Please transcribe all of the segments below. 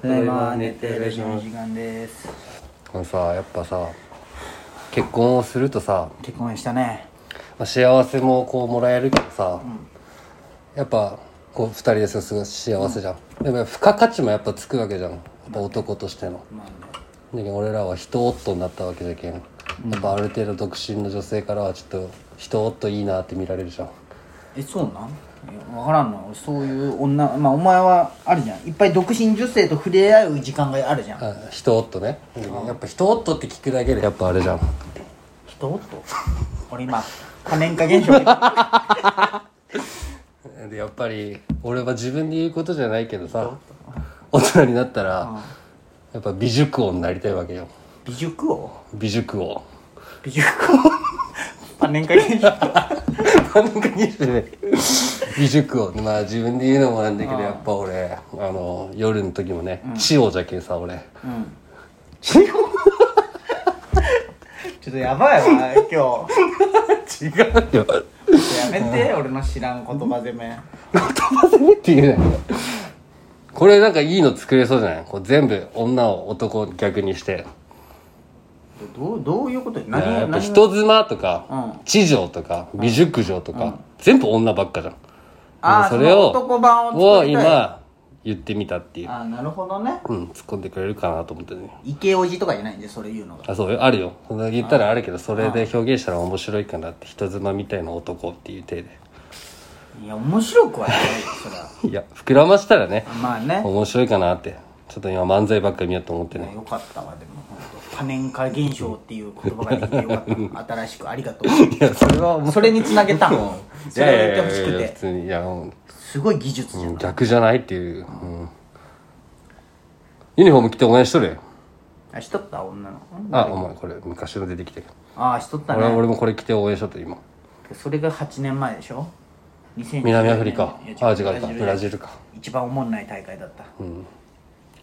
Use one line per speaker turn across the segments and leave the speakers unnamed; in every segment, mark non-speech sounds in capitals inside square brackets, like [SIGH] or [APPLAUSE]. ただいま熱帯ラジオの時間です
このさやっぱさ結婚をするとさ、
結婚したね
まあ幸せもこうもらえるけどさ、やっぱこう2人で過ごす幸せじゃん、でも付加価値もやっぱつくわけじゃんやっぱ男としての、
まあね
だけど俺らは人夫になったわけじゃけんやっぱある程度独身の女性からはちょっと人夫いいなって見られるじゃん
えそうなんいや分からんのそういう女まあお前はあるじゃんいっぱい独身女性と触れ合う時間があるじゃん
あ人夫ねやっぱ人夫って聞くだけでやっぱあれじゃん
人と俺今多年化現象 [LAUGHS] であ
でやっぱり俺は自分で言うことじゃないけどさ大人になったらやっぱ美熟王になりたいわけよ
美熟王
美熟王
美熟王 [LAUGHS] 多年化現象
なんか似てね美熟王まあ自分で言うのもなんだけどやっぱ俺あの夜の時もね千王じゃけんさ俺
うん
千王
ちょっとやばいわ今
違うよ
日やめて俺の知らん言葉攻め
言葉攻めって言うなよこれなんかいいの作れそうじゃないこう全部女を男逆にして
どうどういうこと何
やっぱ
何
人妻とか
う、
地上とか、美熟女とか、全部女ばっかじゃん。
あー
でもそれを、
その男版を作りたい
今、言ってみたっていう。
あなるほどね
うん、突っ込んでくれるかなと思ってね。
池おじとかじゃないんでそれ言うのが
あ、そうよ、あるよ。そんだけ言ったらあるけど、それで表現したら面白いかなって、人妻みたいな男っていう体で。
いや面白くはないよそ
[LAUGHS]
れはい
や、膨らましたらね、
まあね
面白いかなって。ちょっと今漫才ばっかり見ようと思ってね。
よかったわでも本当多年化現象っていう言葉ができてよかった新しくありがとう
いや、それは面
それにつなげた
[LAUGHS]
のそ
白い。いや
れ
い
を言っ
や
てほし
いやいや
くて
普通に、いや、うん
すごい技術じゃん
逆じゃないっていう、うんユニフォーム着て応援しとるよ
あしとった女の子
あお前これ昔の出てきてる
ああしとった
俺は
ね
俺もこれ着て応援しとった今
それが8年前でしょ2010年
南アフリカ
いや
あ違う
ブラ
か
ジル
ブラジルか
一番おもんない大会だった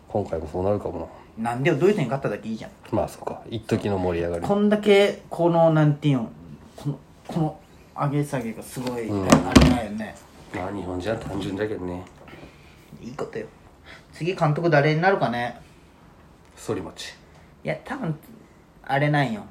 今回もそうなるかも
なんでよドイツに勝っただけいいじゃん
なまあそうか一時の盛り上がり
こんだけこのなんていうのこのこの上げ下げがすごいみたいなあれないよね、
まあ日本人は単純だけどね
いいことよ次監督誰になるかね
反町
いや多分あれなんよ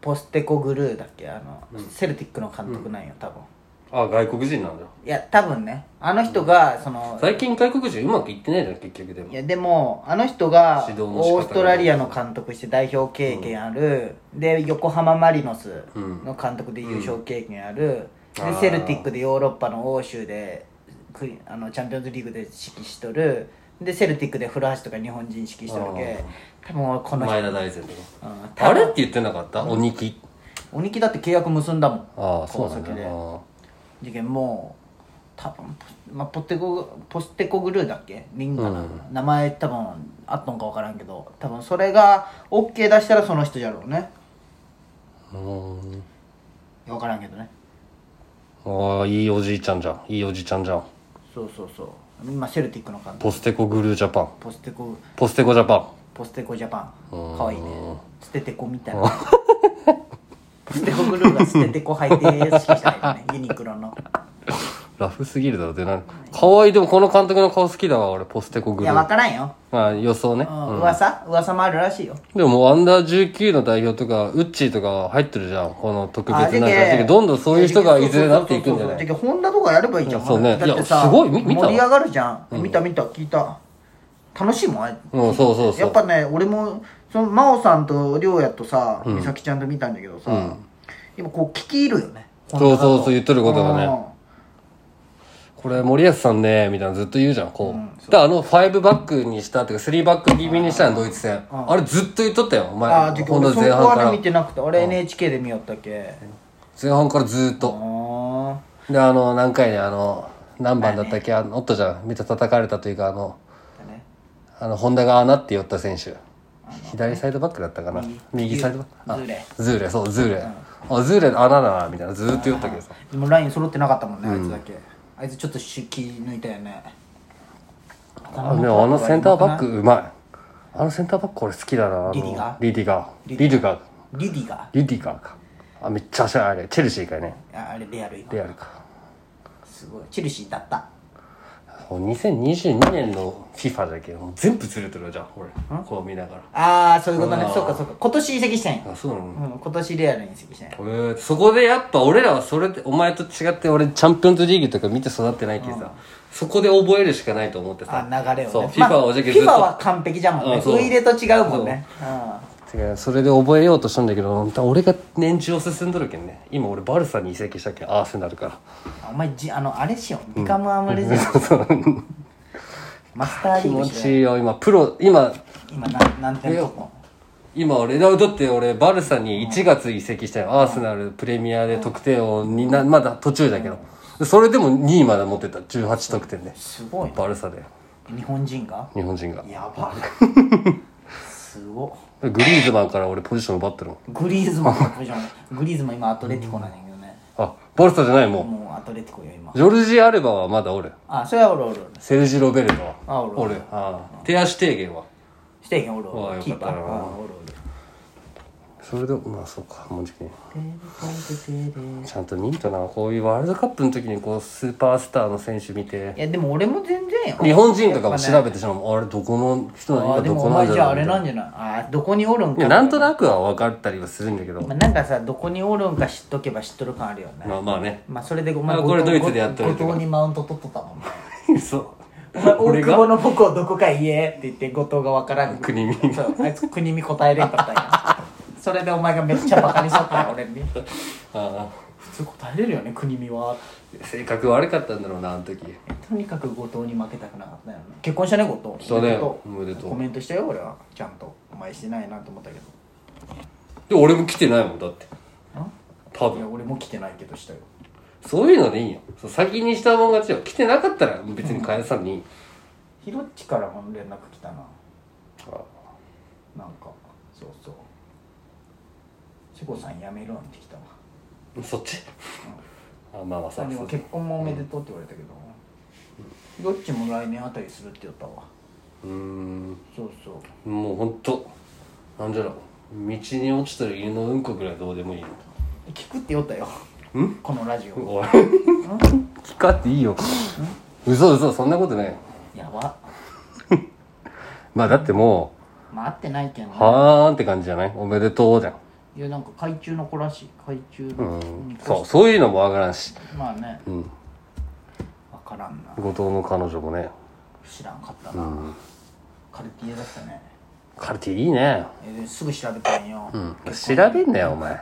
ポステコグルーだっけあの、セルティックの監督なんよ多分、
あ外国人なんだ
いや多分ねあの人がその、
最近外国人うまくいってないじゃん結局でも
いやでもあの人が
指導の仕方が
オーストラリアの監督して代表経験ある、で横浜マリノスの監督で優勝経験ある、
あー
でセルティックでヨーロッパの欧州でクリあのチャンピオンズリーグで指揮しとるでセルティックで古橋とか日本人指揮しとるけ多分俺この人
前田大然とか
うん
あれって言ってなかった鬼木
鬼木だって契約結んだもん
ああそうなんだ
この先で
あー
事件もう多分ポ,、まあ、ポテコポステコグルーだっけリンかな、名前多分あったんか分からんけど多分それが OK 出したらその人じゃろうね
うーん
分からんけどね
ああいいおじいちゃんじゃんいいおじいちゃんじゃん
そうそうそう今セルティックの監督
ポステコグルージャパン
ポステコ
ポステコジャパ
ポステコジャパン
うん
かわいいね捨ててこみたいなポステコグルーが捨ててこ履いて指揮したいよねユニクロの
ンラフすぎるだろってな可愛いでもこの監督の顔好きだわ俺ポステコ
い
グル
や
ー
分からんよ、
まあ予想ね
うん、噂噂もあるらしいよ
でももうアンダー19の代表とかウッチーとか入ってるじゃんこの特別
あじゃ
な
け
感じどんどんそういう人がいずれなっていくんじゃな
そう
い
そうそうそうじゃけホンダとかやればいいじゃん
そうね
だって
い
さ
やすごいみ見た
盛り上がるじゃん、見た見た聞いた楽しいもんあれ
うんそうそうそう
やっぱね俺もその真央さんと亮也とさ美咲ちゃんと見たんだけどさ、やっぱこう聞き入るよね
そうそうそう言っとることがね
ね
これ森保さんねみたいなのずっと言うじゃんこう,、だからあの5バックにしたっていうか3バック気味にしたのドイツ戦あれずっと言っとったよお前
ああじゃけ
今
俺
度
そ
前
こ
半
は
か
ね
ら
見てなくて俺 NHK で見よったっけ
前半からずっ
あ
と
ー
であの何回ねあの何番だったっけあのおったじゃんめっちゃ叩かれたというかあの
だね
あの、本田が穴って寄った選手。左サイドバックだったかな右サイドバックあ
ズーレ
ズーレそうズーレ、あズーレ穴だなみたいなずーっと言ったけどさ
でもライン揃ってなかったもんね、あいつだけあいつちょっと気抜いたよね
あでもあのセンターバックうまいあのセンターバック俺好きだなあの
リディガー
リディガーリディガー
リディが
リディガーかあめっちゃ足あれチェルシーかね
ああれレアル行く
レアルか
すごいチェルシーだった
あ2022年の FIFA だけどもう全部ずれてるわじゃあ俺こう見なが
ああそういうことね
あー
そうかそうか今年移籍したんや、
らあそうなの、
うん、今年レアルに移籍したんや
えーそこでやっぱ俺らはそれでお前と違って俺チャンピオンズリーグとか見て育ってないけどさ、そこで覚えるしかないと思ってさ
あ流れをね
そう
まあ
FIFA をじゃけずっ
FIFA
と、
は完璧じゃもんね
うんそう
ウイレと違うもんね
てかそれで覚えようとしたんだけど本当は俺が年中を進んどるけんね今俺バルサに移籍したけんアーセナルから
うんお前じあのあれしようビカムアムレゼンマスター
気
リー
持
グしよう
ちいいよ今プロ今
今なん何点とこ
今俺だだって俺バルサに1月移籍したよ、アーセナルプレミアで得点をになまだ途中だけど、それでも2位まで持ってた18得点です
ごいな
バルサで
日本人が
日本人が
やばすごっ
グリーズマンから俺ポジション奪ってるもん
グリーズマンのポジショングリーズマン今アトレティコなんやけどね
あバルサじゃないも
もうアトレティコよ今
うジョルジ・アルバはまだ俺
あそれはおるおるおる
セルジ・ロベルトは
あ俺
俺ああ手足提言は
してへんおるお
あ
る
よ
キー
かっ
パ
たな
ーあおるおる
それでまあそうかもうじきに
テレテレテレ
ちゃんとミントなこういうワールドカップの時にこうスーパースターの選手見て
いやでも俺も全然よ
日本人とかも調べてしまう、あれどこの人なの
あ
今
で
ど
もお
こなん
前
だ
じゃあ
ろ
あ
う
れなん
みたいな
じゃないあーどこにおるん
い
か
やなんとなくは分かったりはするんだけど、
まあなんかさどこにおるんか知っとけば知っとる感あるよね
まあまあね
まあそれでごめん
あこれドイツでやっとる
後藤にマウント取っとったもん
[LAUGHS] そう
お前
[LAUGHS] 俺
大久保
が
の僕をどこか言えって言って後藤がわからん
国見
そうあいつ国見答えれんかったんやそれでお前がめっちゃバカにしとったよ俺
[LAUGHS]
に
あ
普通答えれるよね国見は
あ性格悪かったんだろうなあの時
とにかく後藤に負けたくなかったよね結婚したね後藤
したね
お
お
めで
めで
と
と
う
う
コメントしたよ俺はちゃんとお前してないなと思ったけど
で俺も来てないもんだって多
んい
分
や俺も来てないけどしたよ
そういうのでいいよそう先にしたもん勝ちよ来てなかったら別に返さんにいい、
ひろっちからも連絡来たな
あ
なんかそうそう志子さん辞めるんって来たわ
あそっち、あまあまあさ
で
そ
も
う
結婚もおめでとうって言われたけど、どっちも来年あたりするって言ったわ
うーん
そうそう
もうほんとなんじゃろう道に落ちてる犬のうんこぐらいどうでもいいよ
聞くって言ったよこのラジオ
おい聞かっていいよ嘘嘘そんなことないよ
やば
まあだっても
まあ会ってないけど
う
ね
はーんって感じじゃないおめでとうじゃん
いやなんか海中の子らしい海中の子、
うんそうそういうのもわからんし
まあね
うん
わからんな
後藤の彼女もね
知らんかった
う
な、
ん
カルティエだったね、
カルティいいね
えーすぐ調べたんよ、
うん調べんなよお前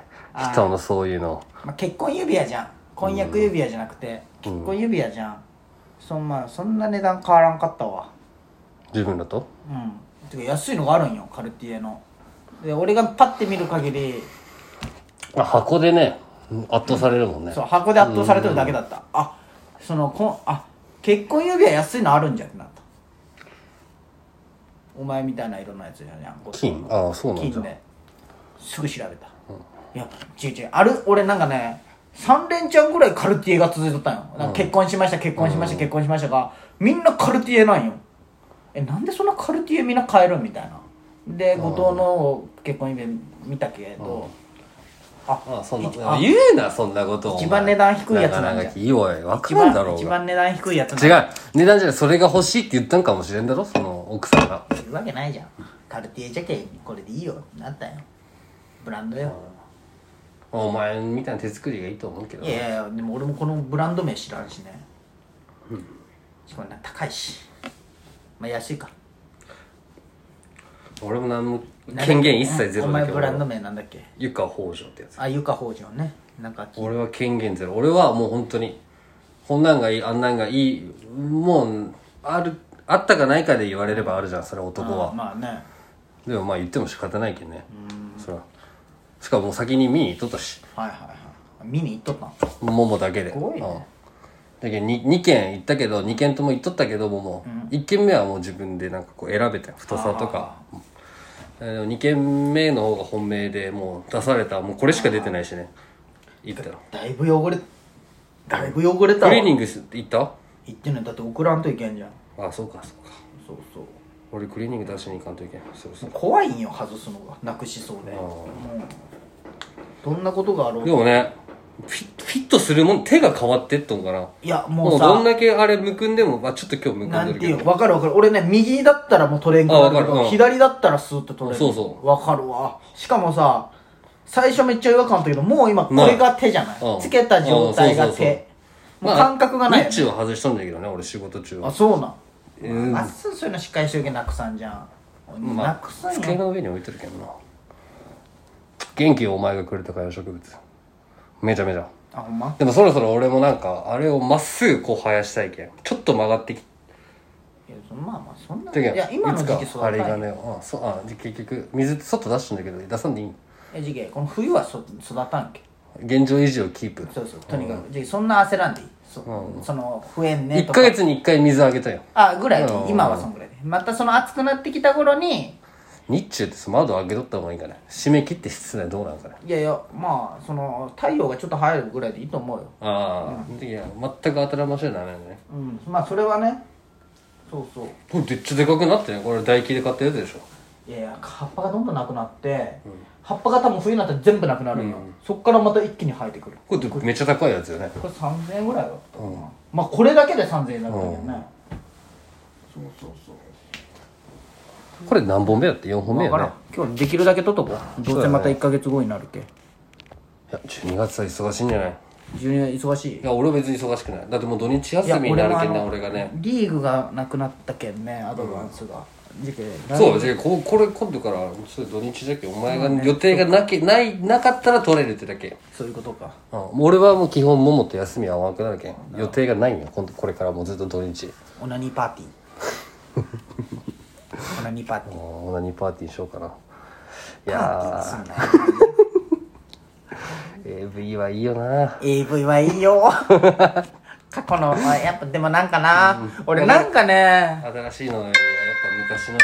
人のそういうの
まあ、結婚指輪じゃん婚約指輪じゃなくて、結婚指輪じゃんそん,、まあ、そんな値段変わらんかったわ
自分だと
うんてか安いのがあるんよカルティエので俺がパッて見る限り
あ箱でね圧倒されるもんね
そう箱で圧倒されてるだけだった、あそのこんあ結婚指輪安いのあるんじゃんってなったお前みたいな色のやつじゃんごめん
金ああそうなんじゃ
金ですぐ調べた、いや違う違うある俺なんかね3連チャンぐらいカルティエが続いとったんよなんか結婚しました結婚しました、結婚しましたがみんなカルティエなんよえなんでそんなカルティエみんな買えるみたいなで後藤の結婚イベント見たけど、あ
あそんな
一
言うなそんなことを
一番値段低いやつなんじゃ
なんかなかいいわよわ
一
かんだろ
番
う
一
が
番値段低いやつ
違う値段じゃないそれが欲しいって言ったんかもしれんだろその奥さんが
するわけないじゃんカルティエじゃけんこれでいいよってなったんよブランドよ
お前みたいな手作りがいいと思うけど
いやいやいやでも俺もこのブランド名知らんしねしかもな高いしまあ安いか
俺も何も権限一切ゼロ
お
だ
前
けど
ブランド名なんだっけ
ゆか北条ってやつ
あゆか北条ねなんか
俺は権限ゼロ俺はもう本当にこんなんがいいあんなんがいいもうあるあったかないかで言われればあるじゃんそれ男は
まあね
でもまあ言っても仕方ないけんねそらしかも先に見に行っとったし
はいはいはい見に行っとったん
ももだけです
ごいね
うんだけど 2, 2軒行ったけど2軒とも行っとったけどももう、1軒目はもう自分でなんかこう選べたよ太さとか2軒目の方が本命でもう出されたもうこれしか出てないしね行ったよ
だいぶ汚れだいぶ汚れた
ク
わ
リーニングし行った
行ってんのにだって送らんといけんじゃん
あそうかそうか
そうそう
俺クリーニング出しに行かんといけないそうそう
怖いんよ外すのがなくしそうでもうどんなことがあろう
でもねフィフィットとするもん手が変わってっとんかない
やも
も
う
う
さ
どんだけあれむくんでも、まあ、ちょっと今日むく
なんんて
で
い
る
うの
けど
わかるわかる俺ね右だったらもう取れんくなるけ
あわかる
ど
うん
左だったらスーッと取れる
そうそう
わかるわしかもさ最初めっちゃ違和感あったけどもう今これが手じゃない、
うん
つけた状態が
うんそうそう
手もう感覚がないよね、
日中は外しとんだけどね俺仕事中
あ
は
そうなん
えー
まっすぐそういうのしっかりしてるけどなくさんじゃん、
ま
な
あ
くさん
机
よ
の上に置いてるけどな元気をお前がくれた観葉植物めちゃめちゃ
あほんま
でもそろそろ俺もなんかあれをまっすぐこう生やしたいけんちょっと曲がってき
いやそまあまあそんな
てけん
いや今の
い
時
つか
期そう
あ
だ
れ
か
が
い
ねあそうあで結局水外出してんだけど出さんでいいん
え時期この冬はそ育たんけ
現状維持をキープ
そうそうとにかく、時期そんな焦らんでいいそ,、その増えんね
1
とか
ヶ月に1回水あげたよ
あぐらい
うん
今はそんぐらいでまたその暑くなってきた頃に
日中って窓開けとった方がいいんかね締め切って室内どうなんかね
いやいやまあその太陽がちょっと入るぐらいでいいと思うよ
ああ、いや全く当たらましいダメだね
うんまあそれはねそうそう
これめっちゃでかくなってねこれ唾液で買ったやつでしょ
いやいや葉っぱがどんどんなくなって、葉っぱが多分冬になったら全部なくなるんよ、そっからまた一気に生えてくる
これめっちゃ高いやつよね
これ3000円ぐらいだったかな、まあこれだけで3000円だったけどね、そうそうそう
これ何本目だって4本目
分
や
か
ね
らん今日できるだけ取っとこうどうせまた1か月後になるけ
いや12月は忙しいんじゃない
12月忙しい
いや俺は別に忙しくないだってもう土日休みになるけんな俺がね
リーグがなくなったけんねアドバンスが、時期
そうじゃあここれ今度からそれ土日じゃけんお前が予定がなけ、ないなかったら取れるってだけ
そういうことか
うんもう俺はもう基本ももと休みは合わなくなるけん予定がないんよ今度これからもうずっと土日
オナニーパーティ [LAUGHS] ーオナニーパーティー
もう何パーティーしようかない
パ
や
ーティーすんな
ー AV はいいよな
AV はいいよ過去のやっぱでもなんかな、俺なんかね
新しいのよりはやっぱ昔の人がいい